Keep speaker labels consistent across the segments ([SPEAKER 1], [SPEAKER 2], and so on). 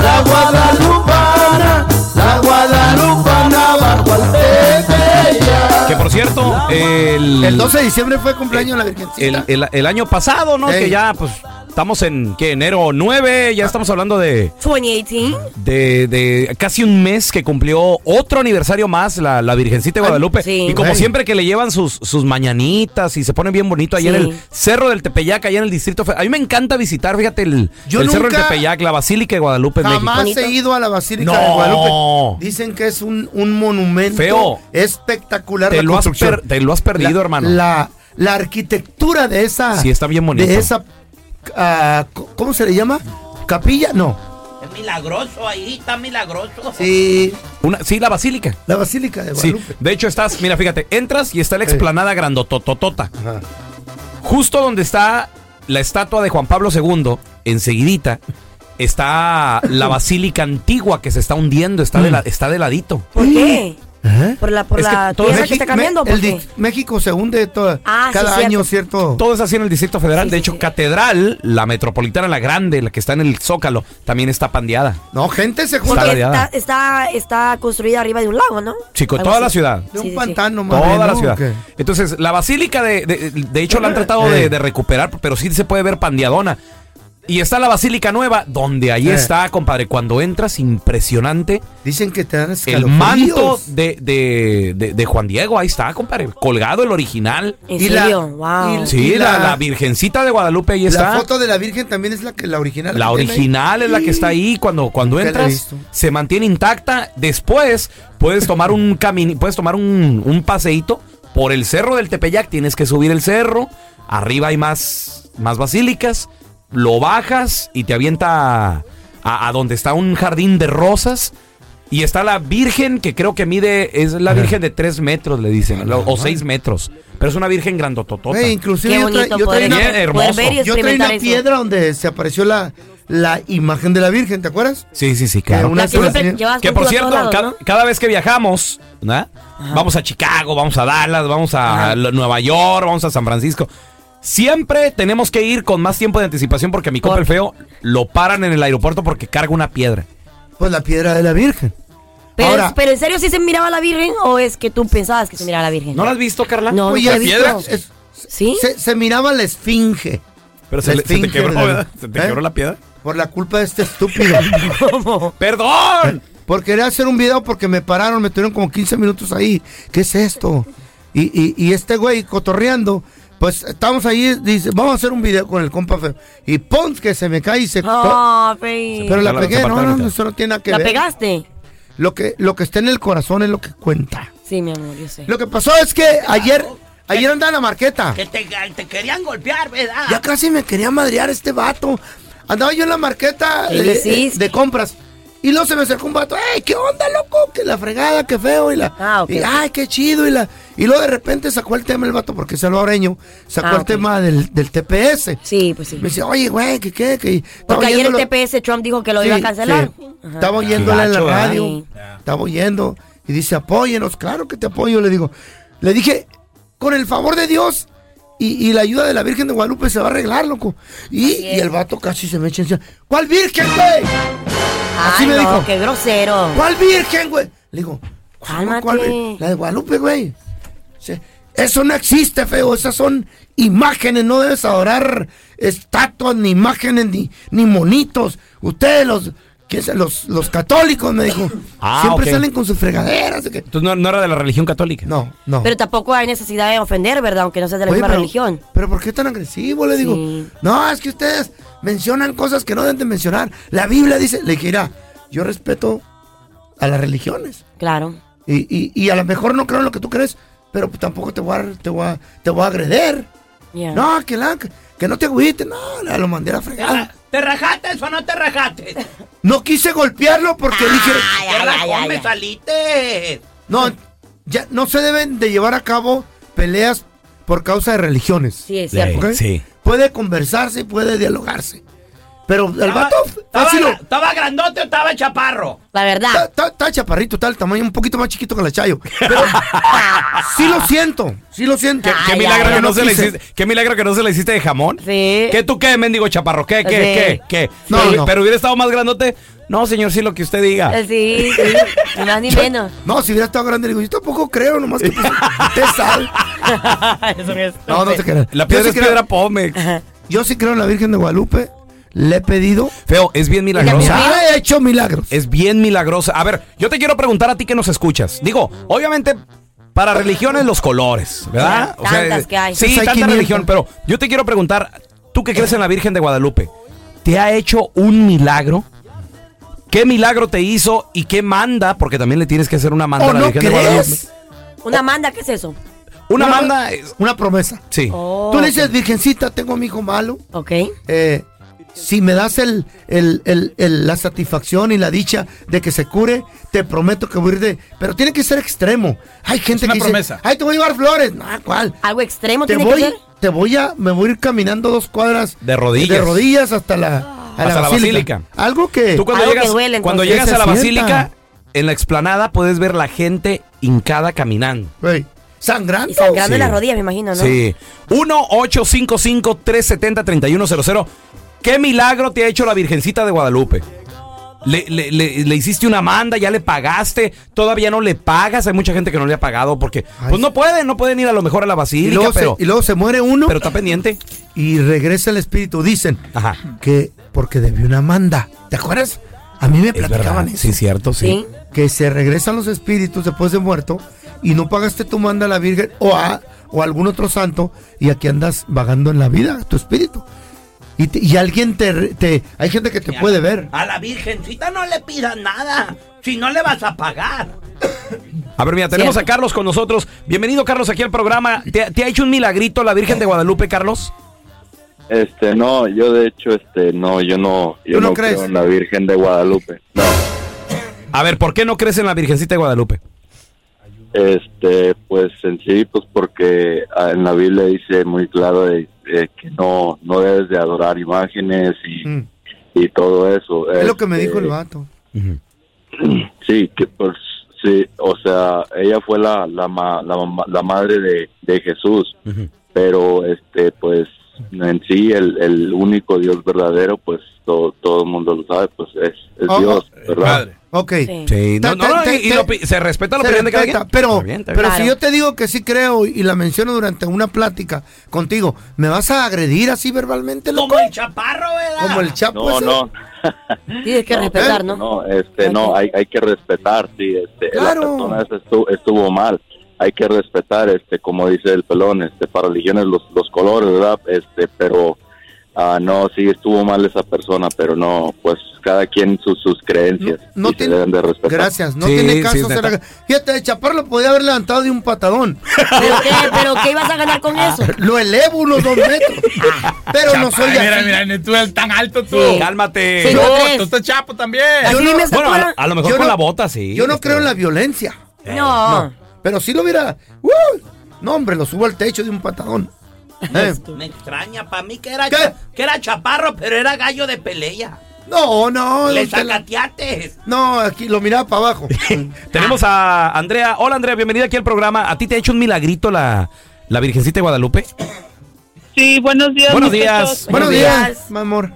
[SPEAKER 1] la guadalupana, la guadalupana bajo el tepeyac.
[SPEAKER 2] Que por cierto, el,
[SPEAKER 3] el 12 de diciembre fue cumpleaños de la Virgencita.
[SPEAKER 2] el- el- el año pasado, ¿no?
[SPEAKER 3] Ey.
[SPEAKER 2] Que ya, pues, estamos en ¿qué? enero 9, ya estamos hablando de,
[SPEAKER 4] 2018.
[SPEAKER 2] de, de casi un mes que cumplió otro aniversario más la, la Virgencita de Guadalupe.
[SPEAKER 4] sí.
[SPEAKER 2] Y como
[SPEAKER 3] Ey.
[SPEAKER 2] siempre que le llevan sus, sus mañanitas y se pone bien bonito ahí en
[SPEAKER 4] Sí.
[SPEAKER 2] el Cerro del Tepeyac, allá en el Distrito Fe- A mí me encanta visitar, fíjate, el,
[SPEAKER 3] Yo
[SPEAKER 2] el Cerro del
[SPEAKER 3] nunca-
[SPEAKER 2] Tepeyac, la Basílica de Guadalupe en
[SPEAKER 3] Jamás
[SPEAKER 2] Pues México.
[SPEAKER 3] he ido a la Basílica de
[SPEAKER 2] No.
[SPEAKER 3] Guadalupe. Dicen que es un, un monumento
[SPEAKER 2] Feo.
[SPEAKER 3] espectacular.
[SPEAKER 2] Te
[SPEAKER 3] la
[SPEAKER 2] lo, has
[SPEAKER 3] construcción.
[SPEAKER 2] per- te lo has perdido,
[SPEAKER 3] La-
[SPEAKER 2] hermano.
[SPEAKER 3] La, la arquitectura de esa.
[SPEAKER 2] Sí, está bien bonito.
[SPEAKER 3] De esa. ah, ¿Cómo se le llama? ¿Capilla? No.
[SPEAKER 5] Es milagroso ahí, está milagroso.
[SPEAKER 3] Sí,
[SPEAKER 2] Una- sí, la Basílica.
[SPEAKER 3] la Basílica de
[SPEAKER 2] Sí,
[SPEAKER 3] Guadalupe.
[SPEAKER 2] de hecho estás, mira, fíjate, entras y está la
[SPEAKER 3] Eh.
[SPEAKER 2] explanada grandotototota.
[SPEAKER 3] Ajá.
[SPEAKER 2] Justo donde está la estatua de Juan Pablo II, enseguidita, está la basílica antigua que se está hundiendo, está
[SPEAKER 3] Mm.
[SPEAKER 2] de, la- está de ladito.
[SPEAKER 4] ¿Por qué? Por la, por
[SPEAKER 2] Es que
[SPEAKER 4] la
[SPEAKER 2] todo-
[SPEAKER 4] tierra
[SPEAKER 2] Mexi-
[SPEAKER 4] que está cambiando.
[SPEAKER 3] Me- el
[SPEAKER 4] ¿por qué?
[SPEAKER 3] di- México se hunde toda,
[SPEAKER 4] Ah, sí,
[SPEAKER 3] cada
[SPEAKER 4] cierto.
[SPEAKER 3] año, ¿cierto?
[SPEAKER 2] Todo es así en el Distrito Federal.
[SPEAKER 4] Sí,
[SPEAKER 2] de
[SPEAKER 4] sí,
[SPEAKER 2] hecho,
[SPEAKER 4] sí.
[SPEAKER 2] Catedral, la metropolitana, la grande, la que está en el Zócalo, también está pandeada.
[SPEAKER 3] No, gente se junta
[SPEAKER 4] Porque
[SPEAKER 2] Está ladeada.
[SPEAKER 4] está, está, está construida arriba de un lago, ¿no?
[SPEAKER 2] Chico,
[SPEAKER 4] Algo
[SPEAKER 2] toda
[SPEAKER 4] así.
[SPEAKER 2] la
[SPEAKER 3] de
[SPEAKER 2] ciudad.
[SPEAKER 3] un
[SPEAKER 4] Sí, sí, sí.
[SPEAKER 3] pantano, más bien,
[SPEAKER 2] Toda la
[SPEAKER 3] ¿no?
[SPEAKER 2] ciudad.
[SPEAKER 3] ¿Qué?
[SPEAKER 2] Entonces, la basílica de, de, de hecho la han tratado
[SPEAKER 3] Eh.
[SPEAKER 2] de, de recuperar, pero sí se puede ver pandeadona. Y está la basílica nueva, donde ahí
[SPEAKER 3] Eh.
[SPEAKER 2] está, compadre. Cuando entras, impresionante.
[SPEAKER 3] Dicen que te dan
[SPEAKER 2] El
[SPEAKER 3] escalofríos.
[SPEAKER 2] manto de, de, de- de Juan Diego, ahí está, compadre. Colgado el original.
[SPEAKER 4] ¿En
[SPEAKER 3] Y la-
[SPEAKER 4] serio?
[SPEAKER 3] y-
[SPEAKER 4] wow.
[SPEAKER 2] Sí,
[SPEAKER 3] y
[SPEAKER 2] la,
[SPEAKER 3] la-
[SPEAKER 2] la virgencita de Guadalupe, ahí está.
[SPEAKER 3] La foto de la Virgen también es la que la original. que
[SPEAKER 2] La
[SPEAKER 3] tiene ahí.
[SPEAKER 2] original es la que está ahí. Cuando, cuando
[SPEAKER 3] Nunca la he
[SPEAKER 2] entras,
[SPEAKER 3] visto.
[SPEAKER 2] se mantiene intacta. Después puedes tomar un camino, puedes tomar un, un paseíto por el cerro del Tepeyac. Tienes que subir el cerro. Arriba hay más, más basílicas. Lo bajas y te avienta a, a donde está un jardín de rosas. Y está la Virgen, que creo que mide, es la Virgen de 3 metros, le dicen, o 6 metros. Pero es una Virgen grandototota.
[SPEAKER 3] Ah, Eh, inclusive
[SPEAKER 4] Qué
[SPEAKER 3] yo, tra-
[SPEAKER 4] bonito
[SPEAKER 3] yo traía
[SPEAKER 4] poder,
[SPEAKER 3] una,
[SPEAKER 2] Bien
[SPEAKER 4] poder
[SPEAKER 2] hermoso.
[SPEAKER 4] ver y
[SPEAKER 3] yo traía una
[SPEAKER 4] experimentar eso.
[SPEAKER 3] piedra donde se apareció la, la imagen de la Virgen, ¿te acuerdas?
[SPEAKER 2] Sí, sí, sí, claro.
[SPEAKER 3] Eh, una
[SPEAKER 4] La que siempre
[SPEAKER 3] sola-
[SPEAKER 4] llevas
[SPEAKER 2] Que por
[SPEAKER 4] contigo
[SPEAKER 2] cierto,
[SPEAKER 4] a todos
[SPEAKER 2] ca-
[SPEAKER 4] lados, ¿no?
[SPEAKER 2] cada vez que viajamos, ¿verdad? vamos a Chicago, vamos a Dallas, vamos a Lo- Nueva York, vamos a San Francisco. Siempre tenemos que ir con más tiempo de anticipación porque a mi compa
[SPEAKER 4] Por-
[SPEAKER 2] el feo lo paran en el aeropuerto porque carga una piedra.
[SPEAKER 3] Pues la piedra de la Virgen.
[SPEAKER 4] Pero,
[SPEAKER 3] Ahora-
[SPEAKER 4] pero en serio, ¿sí se miraba la Virgen o es que tú pensabas que se miraba la Virgen?
[SPEAKER 2] ¿No la has visto, Carla?
[SPEAKER 4] No,
[SPEAKER 3] Oye,
[SPEAKER 4] nunca he
[SPEAKER 3] ¿la
[SPEAKER 4] visto.
[SPEAKER 3] piedra? Es-
[SPEAKER 4] ¿Sí?
[SPEAKER 3] se, se miraba la esfinge
[SPEAKER 2] Pero se,
[SPEAKER 3] La
[SPEAKER 2] le- se te
[SPEAKER 3] esfinge
[SPEAKER 2] quebró,
[SPEAKER 3] de la-
[SPEAKER 2] ¿verdad? Se te
[SPEAKER 3] ¿Eh?
[SPEAKER 2] quebró la piedra.
[SPEAKER 3] por la culpa de este estúpido.
[SPEAKER 2] ¡Perdón!
[SPEAKER 3] Por querer hacer un video porque me pararon, me tuvieron como 15 minutos ahí. ¿Qué es esto? Y, y- y este güey cotorreando. Pues estamos ahí, dice, vamos a hacer un video con el compa feo. Y pon que se me cae y se...
[SPEAKER 4] Ah, fe-
[SPEAKER 3] Pero la
[SPEAKER 2] Se
[SPEAKER 3] pegué,
[SPEAKER 2] partió
[SPEAKER 3] no,
[SPEAKER 2] la
[SPEAKER 3] no,
[SPEAKER 2] mitad.
[SPEAKER 3] eso no tiene nada que
[SPEAKER 4] ¿La
[SPEAKER 3] ver.
[SPEAKER 4] pegaste?
[SPEAKER 3] Lo que, lo que está en el corazón es lo que cuenta.
[SPEAKER 4] Sí, mi amor, yo sé.
[SPEAKER 3] Lo que pasó es que ayer, Ayer andaba en la marqueta.
[SPEAKER 5] Que te, te querían golpear, ¿verdad?
[SPEAKER 3] Ah. Ya casi me quería madrear este vato. Andaba yo en la marqueta
[SPEAKER 4] ¿Qué
[SPEAKER 3] eh,
[SPEAKER 4] decís?
[SPEAKER 3] eh, de compras. Y luego se me acercó un vato, ¡ey, qué onda, loco! Que la fregada, qué feo, y la.
[SPEAKER 4] Ah, ok.
[SPEAKER 3] y, ¡Ay, qué chido! Y la. Y luego de repente sacó el tema el vato, porque es salvadoreño, sacó
[SPEAKER 4] Ah,
[SPEAKER 3] el
[SPEAKER 4] ok.
[SPEAKER 3] tema del, del TPS.
[SPEAKER 4] Sí, pues sí.
[SPEAKER 3] Me dice, oye, güey, ¿qué qué? Que
[SPEAKER 4] Porque ayer el
[SPEAKER 3] oyéndolo-
[SPEAKER 4] TPS Trump dijo que lo
[SPEAKER 3] Sí,
[SPEAKER 4] iba a cancelar.
[SPEAKER 3] sí.
[SPEAKER 4] Ajá.
[SPEAKER 3] Estaba oyéndola en la
[SPEAKER 2] Gacho, ¿verdad?
[SPEAKER 3] radio.
[SPEAKER 4] Sí.
[SPEAKER 3] Estaba oyendo. Y dice, apóyenos. Claro que te apoyo, le digo. Le dije, con el favor de Dios y, y la ayuda de la Virgen de Guadalupe se va a arreglar, loco. Y,
[SPEAKER 4] Así es.
[SPEAKER 3] y el vato casi se me echa encima. ¿Cuál Virgen, güey? Así
[SPEAKER 4] Ay,
[SPEAKER 3] me
[SPEAKER 4] no,
[SPEAKER 3] dijo.
[SPEAKER 4] qué grosero.
[SPEAKER 3] ¿Cuál Virgen, güey? Le digo,
[SPEAKER 4] Cálmate.
[SPEAKER 3] Virgen? La de Guadalupe, güey. Dice, Eso no existe, feo. Esas son imágenes. No debes adorar estatuas, ni imágenes, ni, ni monitos. Ustedes, los, ¿quién sabe? los, los católicos, me dijo.
[SPEAKER 2] Ah,
[SPEAKER 3] siempre
[SPEAKER 2] ok.
[SPEAKER 3] salen con sus fregaderas. de que-
[SPEAKER 2] Entonces no, no era de la religión católica.
[SPEAKER 3] No, no.
[SPEAKER 4] Pero tampoco hay necesidad de ofender, ¿verdad? Aunque no seas de la
[SPEAKER 3] Oye,
[SPEAKER 4] misma
[SPEAKER 3] pero-
[SPEAKER 4] religión.
[SPEAKER 3] Pero ¿por qué tan agresivo? Le digo,
[SPEAKER 4] Sí.
[SPEAKER 3] no, es que ustedes mencionan cosas que no deben de mencionar. La Biblia dice, le dije, "Mira, yo respeto a las religiones.
[SPEAKER 4] Claro.
[SPEAKER 3] Y, y- y a lo mejor no creo en lo que tú crees, pero pues tampoco te voy a, te voy a, te voy a agreder.
[SPEAKER 4] Yeah.
[SPEAKER 3] No, que, la, que no te agüites, no, la- lo mandé a la
[SPEAKER 5] ¿Te, ra-
[SPEAKER 3] fregada.
[SPEAKER 5] te rajaste o no te rajaste?
[SPEAKER 3] No quise golpearlo porque dije,
[SPEAKER 5] Te rajón, me
[SPEAKER 3] eh".
[SPEAKER 5] saliste.
[SPEAKER 3] no, ya no se deben de llevar a cabo peleas por causa de religiones.
[SPEAKER 4] Sí, es
[SPEAKER 2] Le-
[SPEAKER 4] cierto.
[SPEAKER 3] ¿ok?
[SPEAKER 2] Sí.
[SPEAKER 3] Puede conversarse y puede dialogarse. Pero el
[SPEAKER 5] Estaba-
[SPEAKER 3] vato,
[SPEAKER 5] estaba,
[SPEAKER 3] fácil,
[SPEAKER 5] gra- estaba grandote o estaba chaparro?
[SPEAKER 4] La
[SPEAKER 3] está-
[SPEAKER 4] verdad.
[SPEAKER 3] está- está chaparrito, está el tamaño un poquito más chiquito que la Chayo. Pero sí lo siento, sí lo siento.
[SPEAKER 2] ¿Qué
[SPEAKER 4] Ay,
[SPEAKER 2] milagro,
[SPEAKER 4] ay,
[SPEAKER 2] que
[SPEAKER 4] ay,
[SPEAKER 2] no
[SPEAKER 3] no
[SPEAKER 2] se le
[SPEAKER 3] quise.
[SPEAKER 2] hiciste, ¿Qué milagro que no se le hiciste de jamón?
[SPEAKER 4] Sí.
[SPEAKER 2] ¿Qué tú qué, mendigo chaparro? ¿Qué, qué,
[SPEAKER 4] Sí.
[SPEAKER 2] qué, qué?
[SPEAKER 3] No,
[SPEAKER 2] pero,
[SPEAKER 3] no.
[SPEAKER 2] pero hubiera estado más grandote. No, señor, sí, lo que usted diga.
[SPEAKER 4] Eh, Sí, sí. Ni más ni menos.
[SPEAKER 3] No, si hubiera estado grande, le digo, yo tampoco creo, nomás que pues, usted sabe. No, no te creas.
[SPEAKER 2] La
[SPEAKER 3] yo,
[SPEAKER 2] piedra
[SPEAKER 3] sí
[SPEAKER 2] es
[SPEAKER 3] creo,
[SPEAKER 2] piedra Pomex.
[SPEAKER 3] yo sí creo en la Virgen de Guadalupe. Le he pedido.
[SPEAKER 2] Feo, es bien
[SPEAKER 3] Se
[SPEAKER 2] milagrosa.
[SPEAKER 3] ha hecho milagros.
[SPEAKER 2] Es bien milagrosa. A ver, yo te quiero preguntar a ti que nos escuchas. Digo, obviamente, para religiones los colores, ¿verdad?
[SPEAKER 4] Ya, tantas que hay.
[SPEAKER 2] Sí,
[SPEAKER 3] Pues hay
[SPEAKER 2] tanta
[SPEAKER 3] 500.
[SPEAKER 2] religión, pero yo te quiero preguntar, tú que crees en la Virgen de Guadalupe, ¿te ha hecho un milagro? ¿Qué milagro te hizo y qué manda? Porque también le tienes que hacer una manda
[SPEAKER 3] ¿O
[SPEAKER 2] a la
[SPEAKER 3] no
[SPEAKER 2] Virgen de Guadalupe.
[SPEAKER 3] crees?
[SPEAKER 4] Una manda, ¿qué es eso?
[SPEAKER 2] Una manda es-
[SPEAKER 3] Eh, Una promesa.
[SPEAKER 2] Sí.
[SPEAKER 4] Oh,
[SPEAKER 3] Tú le dices, Virgencita, tengo a mi hijo malo.
[SPEAKER 4] Ok.
[SPEAKER 3] eh, si me das el, el- el- el- la satisfacción y la dicha de que se cure, te prometo que voy a ir de. Pero tiene que ser extremo. Hay gente
[SPEAKER 6] una
[SPEAKER 3] que
[SPEAKER 6] promesa.
[SPEAKER 3] dice, ay, te voy a llevar flores. No, ¿cuál?
[SPEAKER 4] Algo extremo
[SPEAKER 3] Te
[SPEAKER 4] tiene que
[SPEAKER 3] voy,
[SPEAKER 4] ser.
[SPEAKER 3] te voy a, me voy a ir caminando dos cuadras
[SPEAKER 2] De rodillas.
[SPEAKER 3] de rodillas hasta la, a
[SPEAKER 2] Hasta la basílica.
[SPEAKER 3] Algo que
[SPEAKER 2] Tú cuando
[SPEAKER 4] Algo
[SPEAKER 2] llegas,
[SPEAKER 4] que duele,
[SPEAKER 2] cuando
[SPEAKER 4] entonces.
[SPEAKER 2] llegas
[SPEAKER 3] Que
[SPEAKER 2] a
[SPEAKER 3] se
[SPEAKER 2] la
[SPEAKER 3] sienta.
[SPEAKER 2] basílica, en la explanada puedes ver la gente hincada caminando.
[SPEAKER 3] Güey, sangrando.
[SPEAKER 4] Y sangrando
[SPEAKER 2] Sí.
[SPEAKER 4] en las rodillas, me imagino, ¿no?
[SPEAKER 2] Sí. 1-855-370-3100. ¿Qué milagro te ha hecho la Virgencita de Guadalupe? Le, le- le- le hiciste una manda, ya le pagaste, todavía no le pagas. Hay mucha gente que no le ha pagado porque
[SPEAKER 3] Ay,
[SPEAKER 2] pues
[SPEAKER 3] sí.
[SPEAKER 2] no pueden, no pueden ir a lo mejor a la
[SPEAKER 3] Y
[SPEAKER 2] basílica,
[SPEAKER 3] luego,
[SPEAKER 2] pero,
[SPEAKER 3] se, y luego se muere uno
[SPEAKER 2] pero está pendiente.
[SPEAKER 3] y regresa el espíritu. Dicen
[SPEAKER 2] Ajá.
[SPEAKER 3] que porque debió una manda. ¿Te acuerdas? A mí me
[SPEAKER 2] Es
[SPEAKER 3] platicaban
[SPEAKER 2] verdad.
[SPEAKER 3] eso.
[SPEAKER 2] Sí, cierto, sí.
[SPEAKER 4] Sí.
[SPEAKER 3] que se regresan los espíritus después de muerto y no pagaste tu manda a la Virgen o a, o a algún otro santo y aquí andas vagando en la vida, tu espíritu. Y, te- y alguien te, re- te... Hay gente que te puede ver.
[SPEAKER 5] A la virgencita no le pidas nada. Si no le vas a pagar.
[SPEAKER 2] A ver, mira, tenemos
[SPEAKER 4] Cierto.
[SPEAKER 2] a Carlos con nosotros. Bienvenido, Carlos, aquí al programa. ¿Te, te ha hecho un milagrito la Virgen de Guadalupe, Carlos?
[SPEAKER 7] Este, no, yo de hecho, este, no, yo no, yo
[SPEAKER 3] ¿Tú no
[SPEAKER 7] no
[SPEAKER 3] crees?
[SPEAKER 7] creo en la Virgen de Guadalupe. No,
[SPEAKER 2] A ver, ¿por qué no crees en la Virgencita de Guadalupe?
[SPEAKER 7] este, pues en sí, pues porque ah, en la Biblia dice muy claro de, de que no, no debes de adorar imágenes
[SPEAKER 4] Ah.
[SPEAKER 7] y,
[SPEAKER 3] Mm.
[SPEAKER 7] y todo eso.
[SPEAKER 3] Es lo que me
[SPEAKER 7] Este,
[SPEAKER 3] dijo el vato.
[SPEAKER 7] Sí, que pues, sí, o sea, ella fue la, la, ma- la, ma- la madre de, de Jesús, pero este, pues, en sí, el, el único Dios verdadero, pues, to- todo el mundo lo sabe, pues, es, es
[SPEAKER 3] Ojo.
[SPEAKER 7] Dios, ¿verdad?
[SPEAKER 6] Padre.
[SPEAKER 3] Ok.
[SPEAKER 4] Sí.
[SPEAKER 2] Sí, no,
[SPEAKER 3] Te-
[SPEAKER 2] no, no,
[SPEAKER 3] te-
[SPEAKER 2] y- y
[SPEAKER 3] te-
[SPEAKER 2] lo pi- se respeta la
[SPEAKER 3] Se
[SPEAKER 2] opinión de
[SPEAKER 3] respeta,
[SPEAKER 2] cada quien.
[SPEAKER 3] Pero,
[SPEAKER 2] Está bien, está bien.
[SPEAKER 3] pero
[SPEAKER 4] Claro.
[SPEAKER 3] si yo te digo que sí creo y la menciono durante una plática contigo, ¿me vas a agredir así verbalmente, loco?
[SPEAKER 5] Como el chaparro, ¿verdad?
[SPEAKER 3] Como el chapo.
[SPEAKER 7] No,
[SPEAKER 3] ese. ¿Eh?
[SPEAKER 7] no,
[SPEAKER 4] Tienes que respetar, ¿no?
[SPEAKER 7] No, este, no, hay, hay que respetar, sí, este,
[SPEAKER 3] Claro.
[SPEAKER 7] la persona esa estuvo, estuvo mal, hay que respetar, este, como dice el pelón, este, para religiones los, los colores, ¿verdad? Este, pero
[SPEAKER 8] Ah, no, sí, estuvo mal esa persona, pero no, pues cada quien sus, sus creencias.
[SPEAKER 3] No
[SPEAKER 8] y se deben de respetar.
[SPEAKER 3] Gracias, no tiene caso hacer la- Fíjate, de Chaparro lo podía haber levantado de un patadón.
[SPEAKER 4] ¿Pero qué? ¿Pero qué ibas a ganar con eso?
[SPEAKER 3] Lo elevo unos dos metros. Pero no soy
[SPEAKER 9] Mira,
[SPEAKER 3] así.
[SPEAKER 9] mira, ni tú eres tan alto tú.
[SPEAKER 4] Sí.
[SPEAKER 2] Cálmate.
[SPEAKER 4] Sí,
[SPEAKER 9] No,
[SPEAKER 4] no crees.
[SPEAKER 9] tú estás chapo también.
[SPEAKER 4] Así
[SPEAKER 3] no-
[SPEAKER 4] mismo está
[SPEAKER 2] Bueno, a,
[SPEAKER 4] fuera.
[SPEAKER 2] lo- a lo mejor
[SPEAKER 3] Yo
[SPEAKER 2] con
[SPEAKER 3] no-
[SPEAKER 2] la bota, sí. Eh,
[SPEAKER 3] Yo no creo en la violencia.
[SPEAKER 4] No.
[SPEAKER 3] No. Pero sí lo hubiera. ¡Uh! No, hombre, lo subo al techo de un patadón. Eh,
[SPEAKER 5] Me extraña, para mí que era,
[SPEAKER 3] ¿Qué?
[SPEAKER 5] cha- que era chaparro, pero era gallo de pelea.
[SPEAKER 3] No, no.
[SPEAKER 5] Le
[SPEAKER 3] don Tela.
[SPEAKER 5] sacateates.
[SPEAKER 3] No, aquí lo miraba para abajo.
[SPEAKER 2] Tenemos a Andrea. Hola, Andrea, bienvenida aquí al programa. ¿A ti te ha hecho un milagrito la, la Virgencita de Guadalupe?
[SPEAKER 6] Sí, buenos días.
[SPEAKER 2] Buenos
[SPEAKER 6] muchachos.
[SPEAKER 2] días.
[SPEAKER 3] Buenos
[SPEAKER 4] días.
[SPEAKER 3] días, mi amor.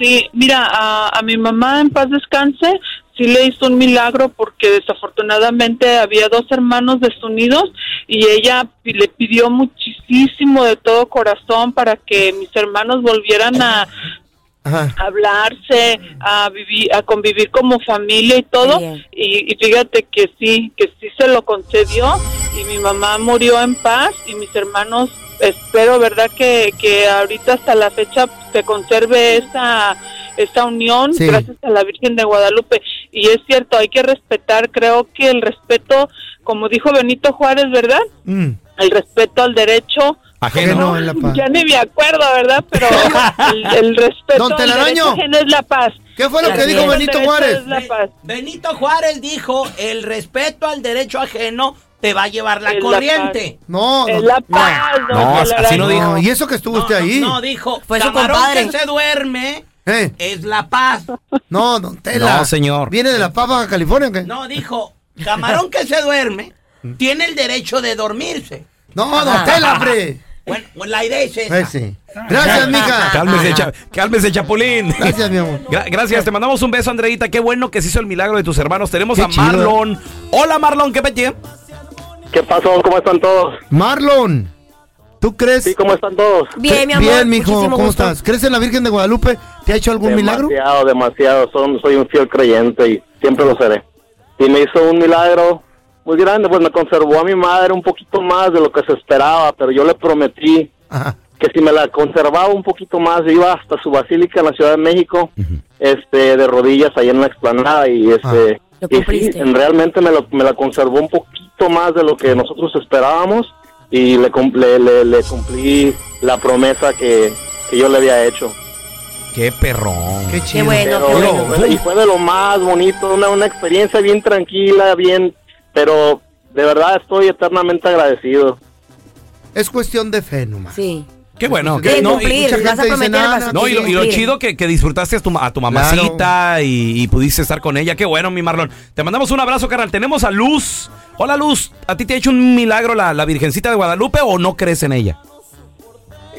[SPEAKER 6] Sí, mira, a, a mi mamá en paz descanse, sí le hizo un milagro porque desafortunadamente había dos hermanos desunidos y ella pi- le pidió muchísimo de todo corazón para que mis hermanos volvieran a
[SPEAKER 3] Ajá.
[SPEAKER 6] hablarse, a vivir, a convivir como familia y todo.
[SPEAKER 4] Bien.
[SPEAKER 6] Y, y fíjate que sí, que sí se lo concedió y mi mamá murió en paz y mis hermanos, espero, ¿verdad? Que, que ahorita hasta la fecha se conserve esa, esa unión
[SPEAKER 3] Sí.
[SPEAKER 6] gracias a la Virgen de Guadalupe. Y es cierto, hay que respetar, creo que el respeto, como dijo Benito Juárez, ¿verdad?
[SPEAKER 3] Mm.
[SPEAKER 6] El respeto al derecho
[SPEAKER 3] Que
[SPEAKER 2] Ajeno.
[SPEAKER 3] no, en la paz.
[SPEAKER 6] ya ni me acuerdo, ¿verdad? Pero el, el respeto
[SPEAKER 3] Don
[SPEAKER 6] al
[SPEAKER 3] Telaraño.
[SPEAKER 6] derecho ajeno es la paz.
[SPEAKER 3] ¿Qué fue lo
[SPEAKER 4] Ya
[SPEAKER 3] que dijo
[SPEAKER 4] sé.
[SPEAKER 6] El
[SPEAKER 3] Benito
[SPEAKER 6] derecho
[SPEAKER 3] Juárez?
[SPEAKER 6] es la paz.
[SPEAKER 5] Benito Juárez dijo, el respeto al derecho ajeno te va a llevar la
[SPEAKER 6] Es la
[SPEAKER 5] corriente.
[SPEAKER 3] No,
[SPEAKER 6] Es
[SPEAKER 3] don-
[SPEAKER 6] la
[SPEAKER 3] no.
[SPEAKER 6] paz. don
[SPEAKER 2] No, así
[SPEAKER 6] Telaraño.
[SPEAKER 2] no dijo.
[SPEAKER 3] No, y eso que estuvo usted ahí.
[SPEAKER 5] No, dijo,
[SPEAKER 4] Fue su
[SPEAKER 5] camarón
[SPEAKER 4] compadre.
[SPEAKER 5] que se duerme
[SPEAKER 3] Eh,
[SPEAKER 5] es la paz.
[SPEAKER 3] no, don Tela.
[SPEAKER 2] No, señor.
[SPEAKER 3] ¿Viene de la paz Baja California? o qué?
[SPEAKER 5] No, dijo, camarón que se duerme tiene el derecho de dormirse.
[SPEAKER 3] No, Oh, don Tela, hombre.
[SPEAKER 5] Bueno, pues la idea es esa.
[SPEAKER 3] Eh, sí. Gracias, mija.
[SPEAKER 2] Cálmese, cha- cálmese, Chapulín.
[SPEAKER 3] Gracias, mi amor.
[SPEAKER 2] Gra- gracias, te mandamos un beso, Andreita. Qué bueno que se hizo el milagro de tus hermanos. Tenemos
[SPEAKER 3] Qué
[SPEAKER 2] a
[SPEAKER 3] chido.
[SPEAKER 2] Marlon. Hola, Marlon, ¿qué pete?
[SPEAKER 8] ¿Qué pasó? ¿Cómo están todos?
[SPEAKER 3] Marlon, ¿tú crees?
[SPEAKER 8] Sí, ¿cómo están todos?
[SPEAKER 4] Bien, mi amor.
[SPEAKER 3] Bien, mijo,
[SPEAKER 4] muchísimo
[SPEAKER 3] ¿cómo
[SPEAKER 4] gusto.
[SPEAKER 3] estás? ¿Crees en la Virgen de Guadalupe? ¿Te ha hecho algún milagro?
[SPEAKER 8] Demasiado, demasiado. Son, soy un fiel creyente y siempre lo seré. Y me hizo un milagro muy grande, pues me conservó a mi madre un poquito más de lo que se esperaba, pero yo le prometí
[SPEAKER 3] Ajá.
[SPEAKER 8] que si me la conservaba un poquito más, iba hasta su basílica en la Ciudad de México, este, de rodillas ahí en la explanada y este,
[SPEAKER 4] Lo
[SPEAKER 8] y sí,
[SPEAKER 4] cumpliste.
[SPEAKER 8] en- realmente me, lo- me la conservó un poquito más de lo que nosotros esperábamos y le, cum- le, le- le cumplí la promesa que, que yo le había hecho.
[SPEAKER 2] Qué perrón.
[SPEAKER 3] Qué
[SPEAKER 4] Qué
[SPEAKER 3] chido.
[SPEAKER 4] bueno, qué
[SPEAKER 8] Pero,
[SPEAKER 4] bueno.
[SPEAKER 8] fue- y fue de lo más bonito, una, una experiencia bien tranquila, bien, pero de verdad estoy eternamente agradecido.
[SPEAKER 3] Es cuestión de fe nomás.
[SPEAKER 4] Sí.
[SPEAKER 2] Qué bueno.
[SPEAKER 3] Sí,
[SPEAKER 2] que-
[SPEAKER 4] De
[SPEAKER 2] no, y-
[SPEAKER 4] cumplir,
[SPEAKER 3] mucha
[SPEAKER 4] vas a
[SPEAKER 3] gente dice,
[SPEAKER 4] prometer,
[SPEAKER 3] "Nada,
[SPEAKER 4] vas a
[SPEAKER 2] No, y lo, y lo
[SPEAKER 4] cumplir".
[SPEAKER 2] chido que, que disfrutaste a tu, ma- a tu mamacita y, y pudiste estar con ella. Qué bueno, mi Marlon. Te mandamos un abrazo, carnal. Tenemos a Luz. Hola, Luz. ¿A ti te ha hecho un milagro la, la Virgencita de Guadalupe o no crees en ella?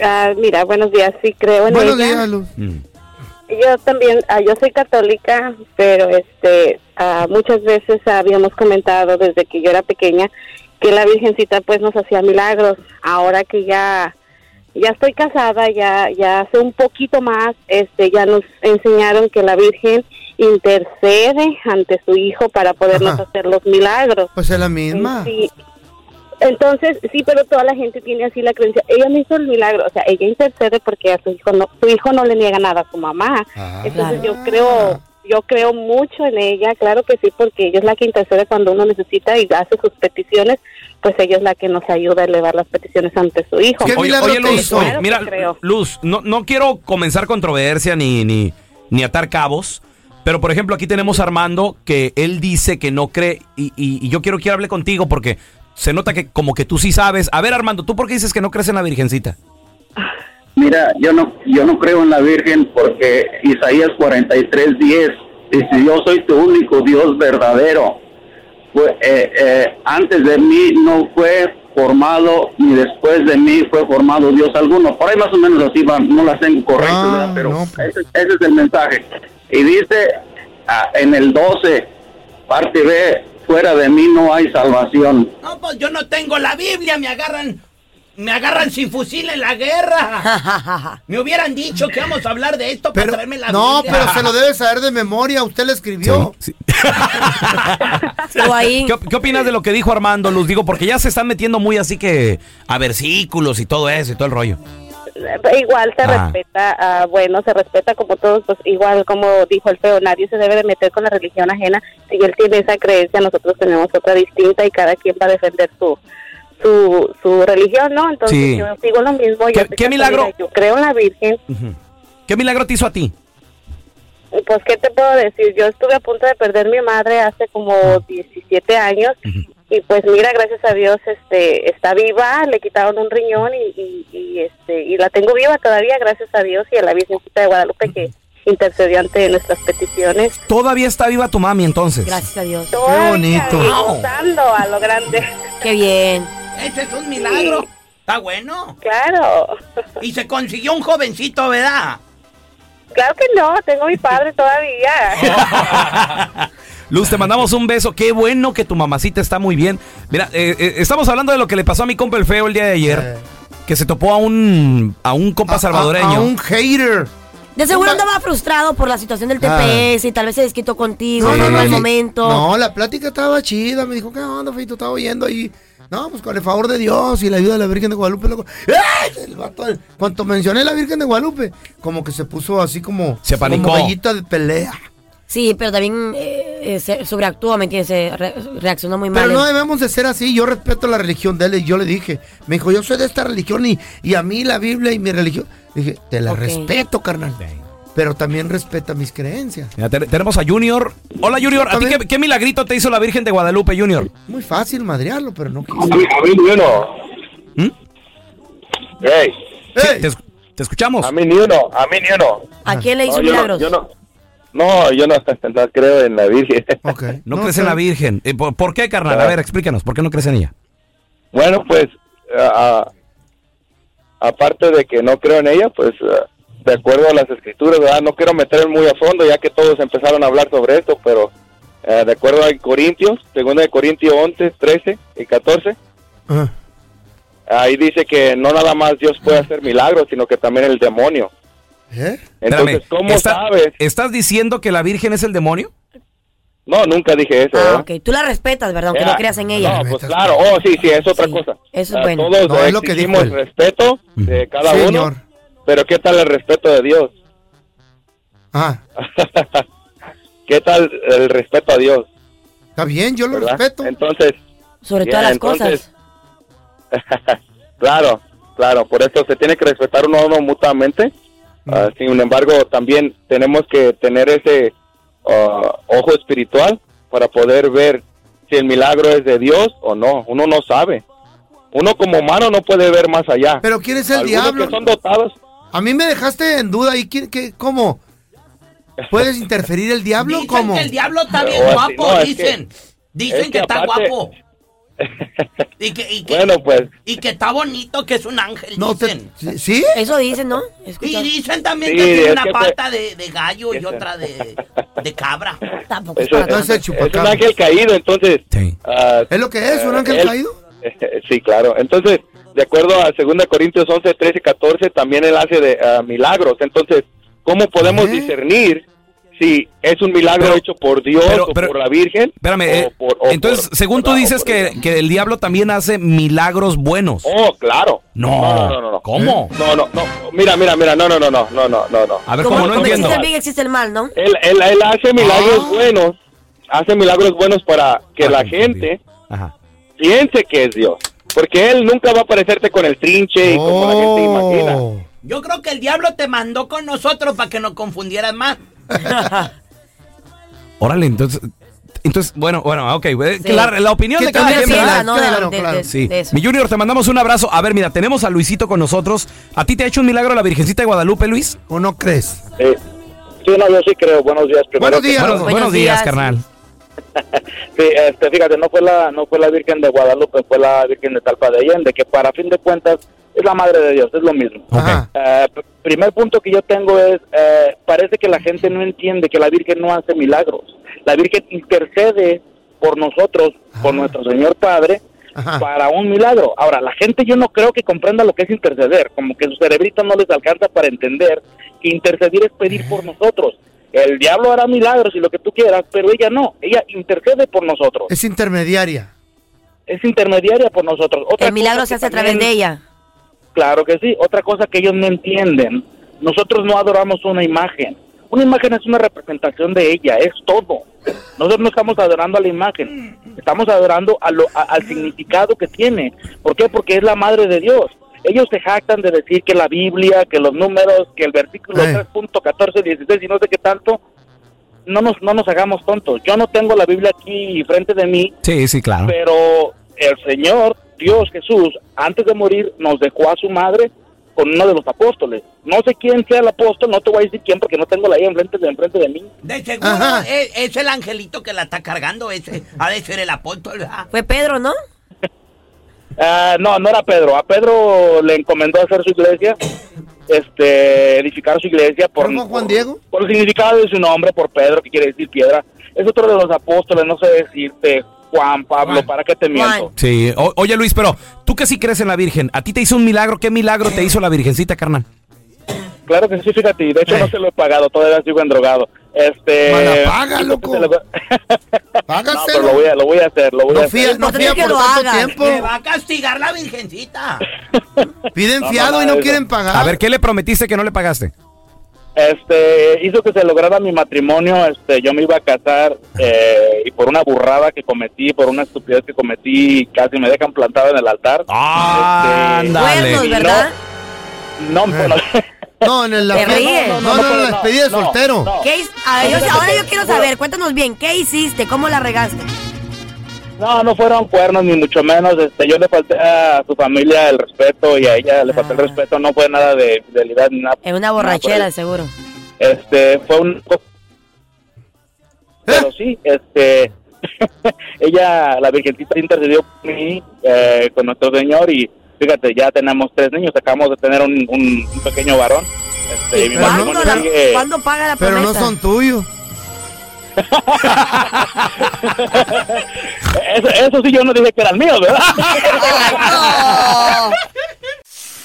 [SPEAKER 6] Ah, mira, buenos días, sí creo en
[SPEAKER 3] Buenos
[SPEAKER 6] ella.
[SPEAKER 3] días, Luz.
[SPEAKER 2] Mm.
[SPEAKER 6] Yo también, ah, yo soy católica, pero este, ah, muchas veces habíamos comentado desde que yo era pequeña que la Virgencita pues nos hacía milagros. Ahora que ya ya estoy casada, ya ya hace un poquito más, este, ya nos enseñaron que la Virgen intercede ante su hijo para podernos
[SPEAKER 3] Ajá.
[SPEAKER 6] hacer los milagros. Eh,
[SPEAKER 3] Pues es la misma.
[SPEAKER 6] Sí. Entonces, sí, pero toda la gente tiene así la creencia. Ella me hizo el milagro, o sea, ella intercede porque a su hijo no, su hijo no le niega nada a su mamá.
[SPEAKER 3] Ah.
[SPEAKER 6] Entonces
[SPEAKER 4] Claro.
[SPEAKER 6] yo creo, yo creo mucho en ella, claro que sí, porque ella es la que intercede cuando uno necesita y hace sus peticiones, pues ella es la que nos ayuda a elevar las peticiones ante su hijo.
[SPEAKER 3] ¿Qué milagro te
[SPEAKER 2] Luz,
[SPEAKER 3] hizo?
[SPEAKER 2] oye,
[SPEAKER 6] Claro que
[SPEAKER 2] mira,
[SPEAKER 6] creo.
[SPEAKER 2] Luz, no, no quiero comenzar controversia ni, ni, ni atar cabos, pero por ejemplo aquí tenemos a Armando que él dice que no cree y, y- y yo quiero que hable contigo porque se nota que como que tú sí sabes. A ver, Armando, ¿tú por qué dices que no crees en la Virgencita?
[SPEAKER 8] Mira, yo no, yo no creo en la Virgen porque Isaías 43, 10 dice, yo soy tu único Dios verdadero. Fue- eh, eh, antes de mí no fue formado, ni después de mí fue formado Dios alguno. Por ahí más o menos así va, no las tengo correctas,
[SPEAKER 3] Ah,
[SPEAKER 8] ¿verdad? pero
[SPEAKER 3] no, pues.
[SPEAKER 8] ese, ese es el mensaje. Y dice ah, en el 12, parte B, fuera de mí no hay salvación.
[SPEAKER 5] No, pues yo no tengo la Biblia, me agarran, me agarran sin fusil en la guerra. Me hubieran dicho que vamos a hablar de esto para
[SPEAKER 3] Pero,
[SPEAKER 5] traerme la
[SPEAKER 3] no,
[SPEAKER 5] Biblia.
[SPEAKER 3] pero se lo debe saber de memoria. Usted le escribió.
[SPEAKER 2] Sí, sí.
[SPEAKER 4] Estuvo ahí.
[SPEAKER 2] ¿Qué, op- qué opinas de lo que dijo Armando, Luz? Digo, porque ya se están metiendo muy así que a versículos y todo eso y todo el rollo.
[SPEAKER 10] eh, igual se
[SPEAKER 2] Ah.
[SPEAKER 10] respeta, ah, bueno, se respeta como todos, pues igual como dijo el feo, nadie se debe de meter con la religión ajena. Si él tiene esa creencia, nosotros tenemos otra distinta y cada quien va a defender su su, su religión, ¿no? Entonces
[SPEAKER 2] Sí.
[SPEAKER 10] yo digo lo mismo. yo soy
[SPEAKER 2] ¿Qué- qué
[SPEAKER 10] católica,
[SPEAKER 2] milagro?
[SPEAKER 10] Yo creo en la Virgen.
[SPEAKER 2] Ujú. ¿Qué milagro te hizo a ti?
[SPEAKER 10] Y, Pues, ¿qué te puedo decir? Yo estuve a punto de perder mi madre hace como 17 años y pues mira, gracias a Dios este está viva, le quitaron un riñón y, y- y, este y la tengo viva todavía, gracias a Dios y a la Virgencita de Guadalupe que intercedió ante nuestras peticiones.
[SPEAKER 2] Todavía está viva tu mami entonces.
[SPEAKER 4] Gracias a Dios.
[SPEAKER 10] Todavía,
[SPEAKER 2] bonito.
[SPEAKER 10] y
[SPEAKER 2] Wow.
[SPEAKER 10] gozando a lo grande.
[SPEAKER 4] Qué bien.
[SPEAKER 5] Ese es un milagro. Está bueno.
[SPEAKER 10] Claro.
[SPEAKER 5] Y se consiguió un jovencito, ¿verdad?
[SPEAKER 10] Claro que no, tengo a mi padre todavía.
[SPEAKER 2] Luz, te mandamos un beso. Qué bueno que tu mamacita está muy bien. Mira, eh, eh, estamos hablando de lo que le pasó a mi compa el feo el día de ayer. Que se topó a un, a un compa salvadoreño.
[SPEAKER 3] Eh. a un hater.
[SPEAKER 4] De seguro andaba frustrado por la situación del
[SPEAKER 3] Ah.
[SPEAKER 4] TPS y tal vez se desquitó contigo
[SPEAKER 3] No,
[SPEAKER 4] en
[SPEAKER 3] no, no,
[SPEAKER 4] algún
[SPEAKER 3] no.
[SPEAKER 4] momento.
[SPEAKER 3] No, la plática estaba chida. Me dijo, ¿qué onda, Feito? Estaba oyendo ahí. No, pues con el favor de Dios y la ayuda de la Virgen de Guadalupe. Loco. ¡Ay! El vato, el- cuando mencioné la Virgen de Guadalupe, como que se puso así como.
[SPEAKER 2] Se apanicó.
[SPEAKER 3] Como gallita de pelea.
[SPEAKER 4] Sí, pero también eh, eh, se sobreactuó, ¿me entiendes? Se re- reaccionó muy mal.
[SPEAKER 3] Pero no
[SPEAKER 4] Eh.
[SPEAKER 3] debemos de ser así. Yo respeto la religión de él. y Yo le dije, me dijo, yo soy de esta religión y, y a mí la Biblia y mi religión. Dije, te la
[SPEAKER 4] Ok.
[SPEAKER 3] respeto, carnal. Pero también respeta mis creencias.
[SPEAKER 2] Mira, te- tenemos a Junior. Hola, Junior. ¿A ti qué, qué milagrito te hizo la Virgen de Guadalupe, Junior?
[SPEAKER 3] Muy fácil madrearlo, pero no
[SPEAKER 7] A
[SPEAKER 2] Pues,
[SPEAKER 7] mí, a mí ni uno.
[SPEAKER 2] ¿Mm?
[SPEAKER 7] Ey,
[SPEAKER 2] Sí, te, esc- te escuchamos.
[SPEAKER 7] a mí ni uno, a mí ni uno.
[SPEAKER 4] ¿A quién le hizo
[SPEAKER 7] yo no-
[SPEAKER 4] milagros?
[SPEAKER 7] yo no, no, yo no, no creo en la Virgen.
[SPEAKER 2] No, crees en la Virgen. Eh, ¿por, por qué, carnal? A ver, explícanos. ¿Por qué no crees en ella?
[SPEAKER 7] Bueno, pues, a- a- aparte de que no creo en ella, pues, eh, de acuerdo a las escrituras, ¿verdad? No quiero meterme muy a fondo, ya que todos empezaron a hablar sobre esto, pero eh, de acuerdo a Corintios, segunda de Corintios 11, 13 y 14,
[SPEAKER 3] Ah.
[SPEAKER 7] ahí dice que no nada más Dios puede hacer milagros, sino que también el demonio.
[SPEAKER 3] ¿Eh?
[SPEAKER 7] Entonces,
[SPEAKER 2] Espérame,
[SPEAKER 7] ¿cómo
[SPEAKER 2] ¿está-
[SPEAKER 7] sabes?
[SPEAKER 2] ¿Estás diciendo que la Virgen es el demonio?
[SPEAKER 7] No, nunca dije eso.
[SPEAKER 4] Ah,
[SPEAKER 7] ¿verdad?
[SPEAKER 4] ok. Tú la respetas, ¿verdad? Aunque
[SPEAKER 7] Era-
[SPEAKER 4] no creas en ella.
[SPEAKER 7] No, pues claro, oh, sí, sí, es otra cosa.
[SPEAKER 4] Eso
[SPEAKER 7] A
[SPEAKER 4] es bueno.
[SPEAKER 7] Todos
[SPEAKER 3] No,
[SPEAKER 7] eh,
[SPEAKER 3] es lo que dijo
[SPEAKER 7] exigimos
[SPEAKER 3] él.
[SPEAKER 7] respeto de cada
[SPEAKER 3] Señor.
[SPEAKER 7] uno, pero ¿qué tal el respeto de Dios?
[SPEAKER 3] Ah,
[SPEAKER 7] ¿Qué tal el respeto a Dios?
[SPEAKER 3] está bien, yo lo
[SPEAKER 7] ¿verdad?
[SPEAKER 3] respeto.
[SPEAKER 7] Entonces,
[SPEAKER 4] Sobre
[SPEAKER 7] ya,
[SPEAKER 4] todas las
[SPEAKER 7] entonces-
[SPEAKER 4] cosas.
[SPEAKER 7] claro, claro, por eso se tiene que respetar uno a uno mutuamente.
[SPEAKER 3] Mm.
[SPEAKER 7] Ah, sin embargo, también tenemos que tener ese ah, ojo espiritual para poder ver si el milagro es de Dios o no. Uno no sabe. Uno como humano no puede ver más allá.
[SPEAKER 3] Pero ¿quién es el
[SPEAKER 7] Algunos
[SPEAKER 3] diablo?
[SPEAKER 7] que son dotados.
[SPEAKER 3] A mí me dejaste en duda y ¿quién- qué, ¿cómo? ¿Puedes interferir el diablo?
[SPEAKER 5] Dicen
[SPEAKER 3] ¿Cómo?
[SPEAKER 5] que el diablo está bien
[SPEAKER 3] oh,
[SPEAKER 7] No, es-
[SPEAKER 5] guapo,
[SPEAKER 7] no, es
[SPEAKER 5] dicen.
[SPEAKER 7] que-
[SPEAKER 5] dicen
[SPEAKER 7] es
[SPEAKER 5] que,
[SPEAKER 7] que
[SPEAKER 5] está
[SPEAKER 7] aparte-
[SPEAKER 5] guapo. y, que, y, que,
[SPEAKER 7] Bueno, pues
[SPEAKER 5] y que está bonito, que es un ángel,
[SPEAKER 3] No te,
[SPEAKER 5] dicen.
[SPEAKER 3] ¿Sí?
[SPEAKER 4] Eso dicen, ¿no?
[SPEAKER 5] Y
[SPEAKER 4] Escucha.
[SPEAKER 5] dicen también
[SPEAKER 7] Sí,
[SPEAKER 5] que tiene
[SPEAKER 7] es
[SPEAKER 5] una
[SPEAKER 7] que fue-
[SPEAKER 5] pata de, de gallo y otra de, de cabra.
[SPEAKER 4] Tampoco es
[SPEAKER 7] eso-
[SPEAKER 4] para
[SPEAKER 7] eso-
[SPEAKER 3] Entonces,
[SPEAKER 4] tanto.
[SPEAKER 7] es, un
[SPEAKER 3] chupacabra.
[SPEAKER 7] ángel caído, entonces.
[SPEAKER 2] Sí.
[SPEAKER 7] ah,
[SPEAKER 3] ¿Es lo que es? ¿Un
[SPEAKER 7] eh,
[SPEAKER 3] ángel
[SPEAKER 7] él-
[SPEAKER 3] caído?
[SPEAKER 7] Sí, claro. Entonces, de acuerdo a 2 Corintios 11, 13, 14, también él hace de, ah, milagros. Entonces, ¿cómo podemos
[SPEAKER 3] ¿Eh?
[SPEAKER 7] discernir si es un milagro
[SPEAKER 2] Pero-
[SPEAKER 7] hecho por Dios
[SPEAKER 2] pero-
[SPEAKER 7] o
[SPEAKER 2] pero-
[SPEAKER 7] por la Virgen?
[SPEAKER 2] Espérame.
[SPEAKER 7] o
[SPEAKER 2] eh,
[SPEAKER 7] por- o
[SPEAKER 2] entonces,
[SPEAKER 7] por-
[SPEAKER 2] según tú
[SPEAKER 7] ¿verdad? O
[SPEAKER 2] dices
[SPEAKER 7] por
[SPEAKER 2] que,
[SPEAKER 7] el-
[SPEAKER 2] que el diablo también hace milagros buenos.
[SPEAKER 7] Oh, claro.
[SPEAKER 2] No.
[SPEAKER 7] No, no, no, no.
[SPEAKER 2] ¿Cómo?
[SPEAKER 7] No, no, no. Mira, mira, mira. No, no, no, no, no, no, no. no.
[SPEAKER 2] A ver,
[SPEAKER 4] Como,
[SPEAKER 2] ¿cómo no
[SPEAKER 4] como
[SPEAKER 2] entiendo?
[SPEAKER 4] existe el bien, existe el mal, ¿no?
[SPEAKER 7] Él, él, él hace milagros buenos. Hace milagros buenos para que
[SPEAKER 2] Ah,
[SPEAKER 7] la
[SPEAKER 2] entendí.
[SPEAKER 7] gente...
[SPEAKER 2] Ajá.
[SPEAKER 7] piense que es Dios. Porque él nunca va a parecerte con el trinche y como la gente imagina.
[SPEAKER 3] Oh.
[SPEAKER 5] Yo creo que el diablo te mandó con nosotros para que nos confundieran más.
[SPEAKER 4] Ah,
[SPEAKER 2] Órale, entonces. Entonces, bueno, bueno, ok. güey.
[SPEAKER 4] Sí.
[SPEAKER 2] Que La, la opinión
[SPEAKER 3] Que
[SPEAKER 2] de
[SPEAKER 3] te
[SPEAKER 2] cada
[SPEAKER 3] veas
[SPEAKER 2] quien,
[SPEAKER 3] bien,
[SPEAKER 2] ¿verdad?
[SPEAKER 4] Ah, ¿no?
[SPEAKER 3] Claro,
[SPEAKER 4] de, de-
[SPEAKER 3] claro.
[SPEAKER 4] de-
[SPEAKER 2] Sí.
[SPEAKER 4] de eso.
[SPEAKER 2] Mi Junior, te mandamos un abrazo. A ver, mira, tenemos a Luisito con nosotros. ¿A ti te ha hecho un milagro la Virgencita de Guadalupe, Luis?
[SPEAKER 3] ¿O no crees?
[SPEAKER 7] Eh, sí, no, yo sí creo. Buenos días. Primero
[SPEAKER 3] Buenos días.
[SPEAKER 2] Buenos,
[SPEAKER 4] Buenos
[SPEAKER 2] buenos días,
[SPEAKER 4] días.
[SPEAKER 2] carnal.
[SPEAKER 7] Sí, este, fíjate, no fue, la, no fue la Virgen de Guadalupe, fue la Virgen de Talpa de Allende, que para fin de cuentas es la Madre de Dios, es lo mismo.
[SPEAKER 3] Ajá.
[SPEAKER 7] Eh, pr- primer punto que yo tengo es, eh, parece que la gente no entiende que la Virgen no hace milagros. La Virgen intercede por nosotros, por nuestro Señor Padre,
[SPEAKER 3] Ah. Ajá.
[SPEAKER 7] para un milagro. Ahora, la gente yo no creo que comprenda lo que es interceder, como que su cerebrito no les alcanza para entender que interceder es pedir por nosotros. El diablo hará milagros y lo que tú quieras, pero ella no, ella intercede por nosotros,
[SPEAKER 3] Es intermediaria.
[SPEAKER 7] es intermediaria por nosotros. Otra
[SPEAKER 4] El milagro
[SPEAKER 7] cosa
[SPEAKER 4] se
[SPEAKER 7] que
[SPEAKER 4] hace a través de
[SPEAKER 7] también-
[SPEAKER 4] ella.
[SPEAKER 9] Claro que sí. Otra cosa que ellos no entienden, nosotros no adoramos una imagen. Una imagen es una representación de ella, es todo. Nosotros no estamos adorando a la imagen, estamos adorando a lo- a- al significado que tiene. ¿Por qué? Porque es la madre de Dios. Ellos se jactan de decir que la Biblia, que los números, que el versículo 3.14, 16 y no sé qué tanto. No nos, no nos hagamos tontos. Yo no tengo la Biblia aquí frente de mí,
[SPEAKER 2] Sí, sí,
[SPEAKER 9] Ah.
[SPEAKER 2] claro.
[SPEAKER 9] pero el Señor, Dios Jesús, antes de morir, nos dejó a su madre con uno de los apóstoles. No sé quién sea el apóstol, no te voy a decir quién porque no tengo la ahí enfrente de, enfrente de mí.
[SPEAKER 5] De seguro es, es el angelito que la está cargando, ese ha de ser el apóstol. ¿verdad?
[SPEAKER 4] Fue Pedro, ¿no?
[SPEAKER 9] Ah, no, no era Pedro. A Pedro le encomendó hacer su iglesia, este, edificar su iglesia por, Juan Diego? Por, el significado de su nombre, por Pedro, que quiere decir piedra. Es otro de los apóstoles, no sé decirte Juan, Pablo, ¿para qué te miento?
[SPEAKER 2] Sí, O- oye Luis, pero tú que sí crees en la Virgen, a ti te hizo un milagro, ¿qué milagro te hizo la Virgencita, carnal?
[SPEAKER 9] Claro que sí, fíjate, y de
[SPEAKER 3] Eh.
[SPEAKER 9] hecho no se lo he pagado, todavía sigo endrogado. Este,
[SPEAKER 2] Mana, paga,
[SPEAKER 9] loco. no, pero lo voy a, lo voy a hacer, lo voy a hacer.
[SPEAKER 5] Me va a castigar la virgencita.
[SPEAKER 3] Piden
[SPEAKER 9] No, fiado mamá, y no eso. quieren
[SPEAKER 2] pagar. A ver, ¿qué le prometiste que no le pagaste?
[SPEAKER 9] Este, hizo que se lograra mi matrimonio, este, yo me iba a casar eh, y por una burrada que cometí, por una estupidez que cometí, casi me dejan plantado en el altar. Este,
[SPEAKER 2] Ah,
[SPEAKER 3] ándale. Cuernos, ¿verdad?
[SPEAKER 9] No, no, no,
[SPEAKER 3] Eh. No, en el- la
[SPEAKER 4] Te
[SPEAKER 3] no,
[SPEAKER 4] ríes.
[SPEAKER 3] No, no, no, en la despedida de soltero.
[SPEAKER 4] ¿Qué his- a ellos- ahora yo quiero saber, cuéntanos bien, ¿qué hiciste? ¿Cómo la regaste?
[SPEAKER 9] No, no fueron cuernos ni mucho menos. Este, yo le falté a su familia el respeto y a ella le falté el respeto. No fue nada de fidelidad ni nada.
[SPEAKER 4] Ah. En una borrachera,
[SPEAKER 9] pues,
[SPEAKER 4] seguro.
[SPEAKER 9] Este, fue un. Pero sí, este. ella, la Virgencita, intercedió por mí, eh, con nuestro Señor y fíjate, ya tenemos tres niños. Acabamos de tener un, un- un pequeño varón. Este, y mi matrimonio
[SPEAKER 4] ¿Cuándo, la-
[SPEAKER 9] sigue-
[SPEAKER 4] cuándo paga la
[SPEAKER 3] Pero
[SPEAKER 4] promesa?
[SPEAKER 3] no son tuyos.
[SPEAKER 9] eso, eso sí, yo no dije que eran míos,
[SPEAKER 11] Iya.
[SPEAKER 12] Ờ.
[SPEAKER 11] ¿verdad?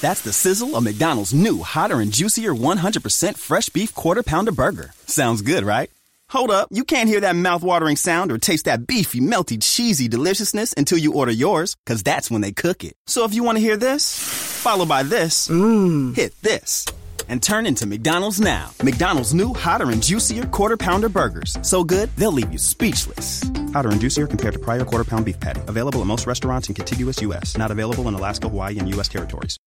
[SPEAKER 11] That's the sizzle of McDonald's new hotter and juicier 100% fresh beef quarter pounder burger. Sounds good, right? Hold up, you can't hear that mouth-watering sound or taste that beefy, melty, cheesy deliciousness until you order yours, cuz that's when they cook it. So if you want to hear this, follow by this, hit this. And turn into McDonald's now. McDonald's new hotter and juicier quarter pounder burgers. So good, they'll leave you speechless. Hotter and juicier compared to prior quarter pound beef patty. Available at most restaurants in contiguous U.S., not available in Alaska, Hawaii, and U.S. territories.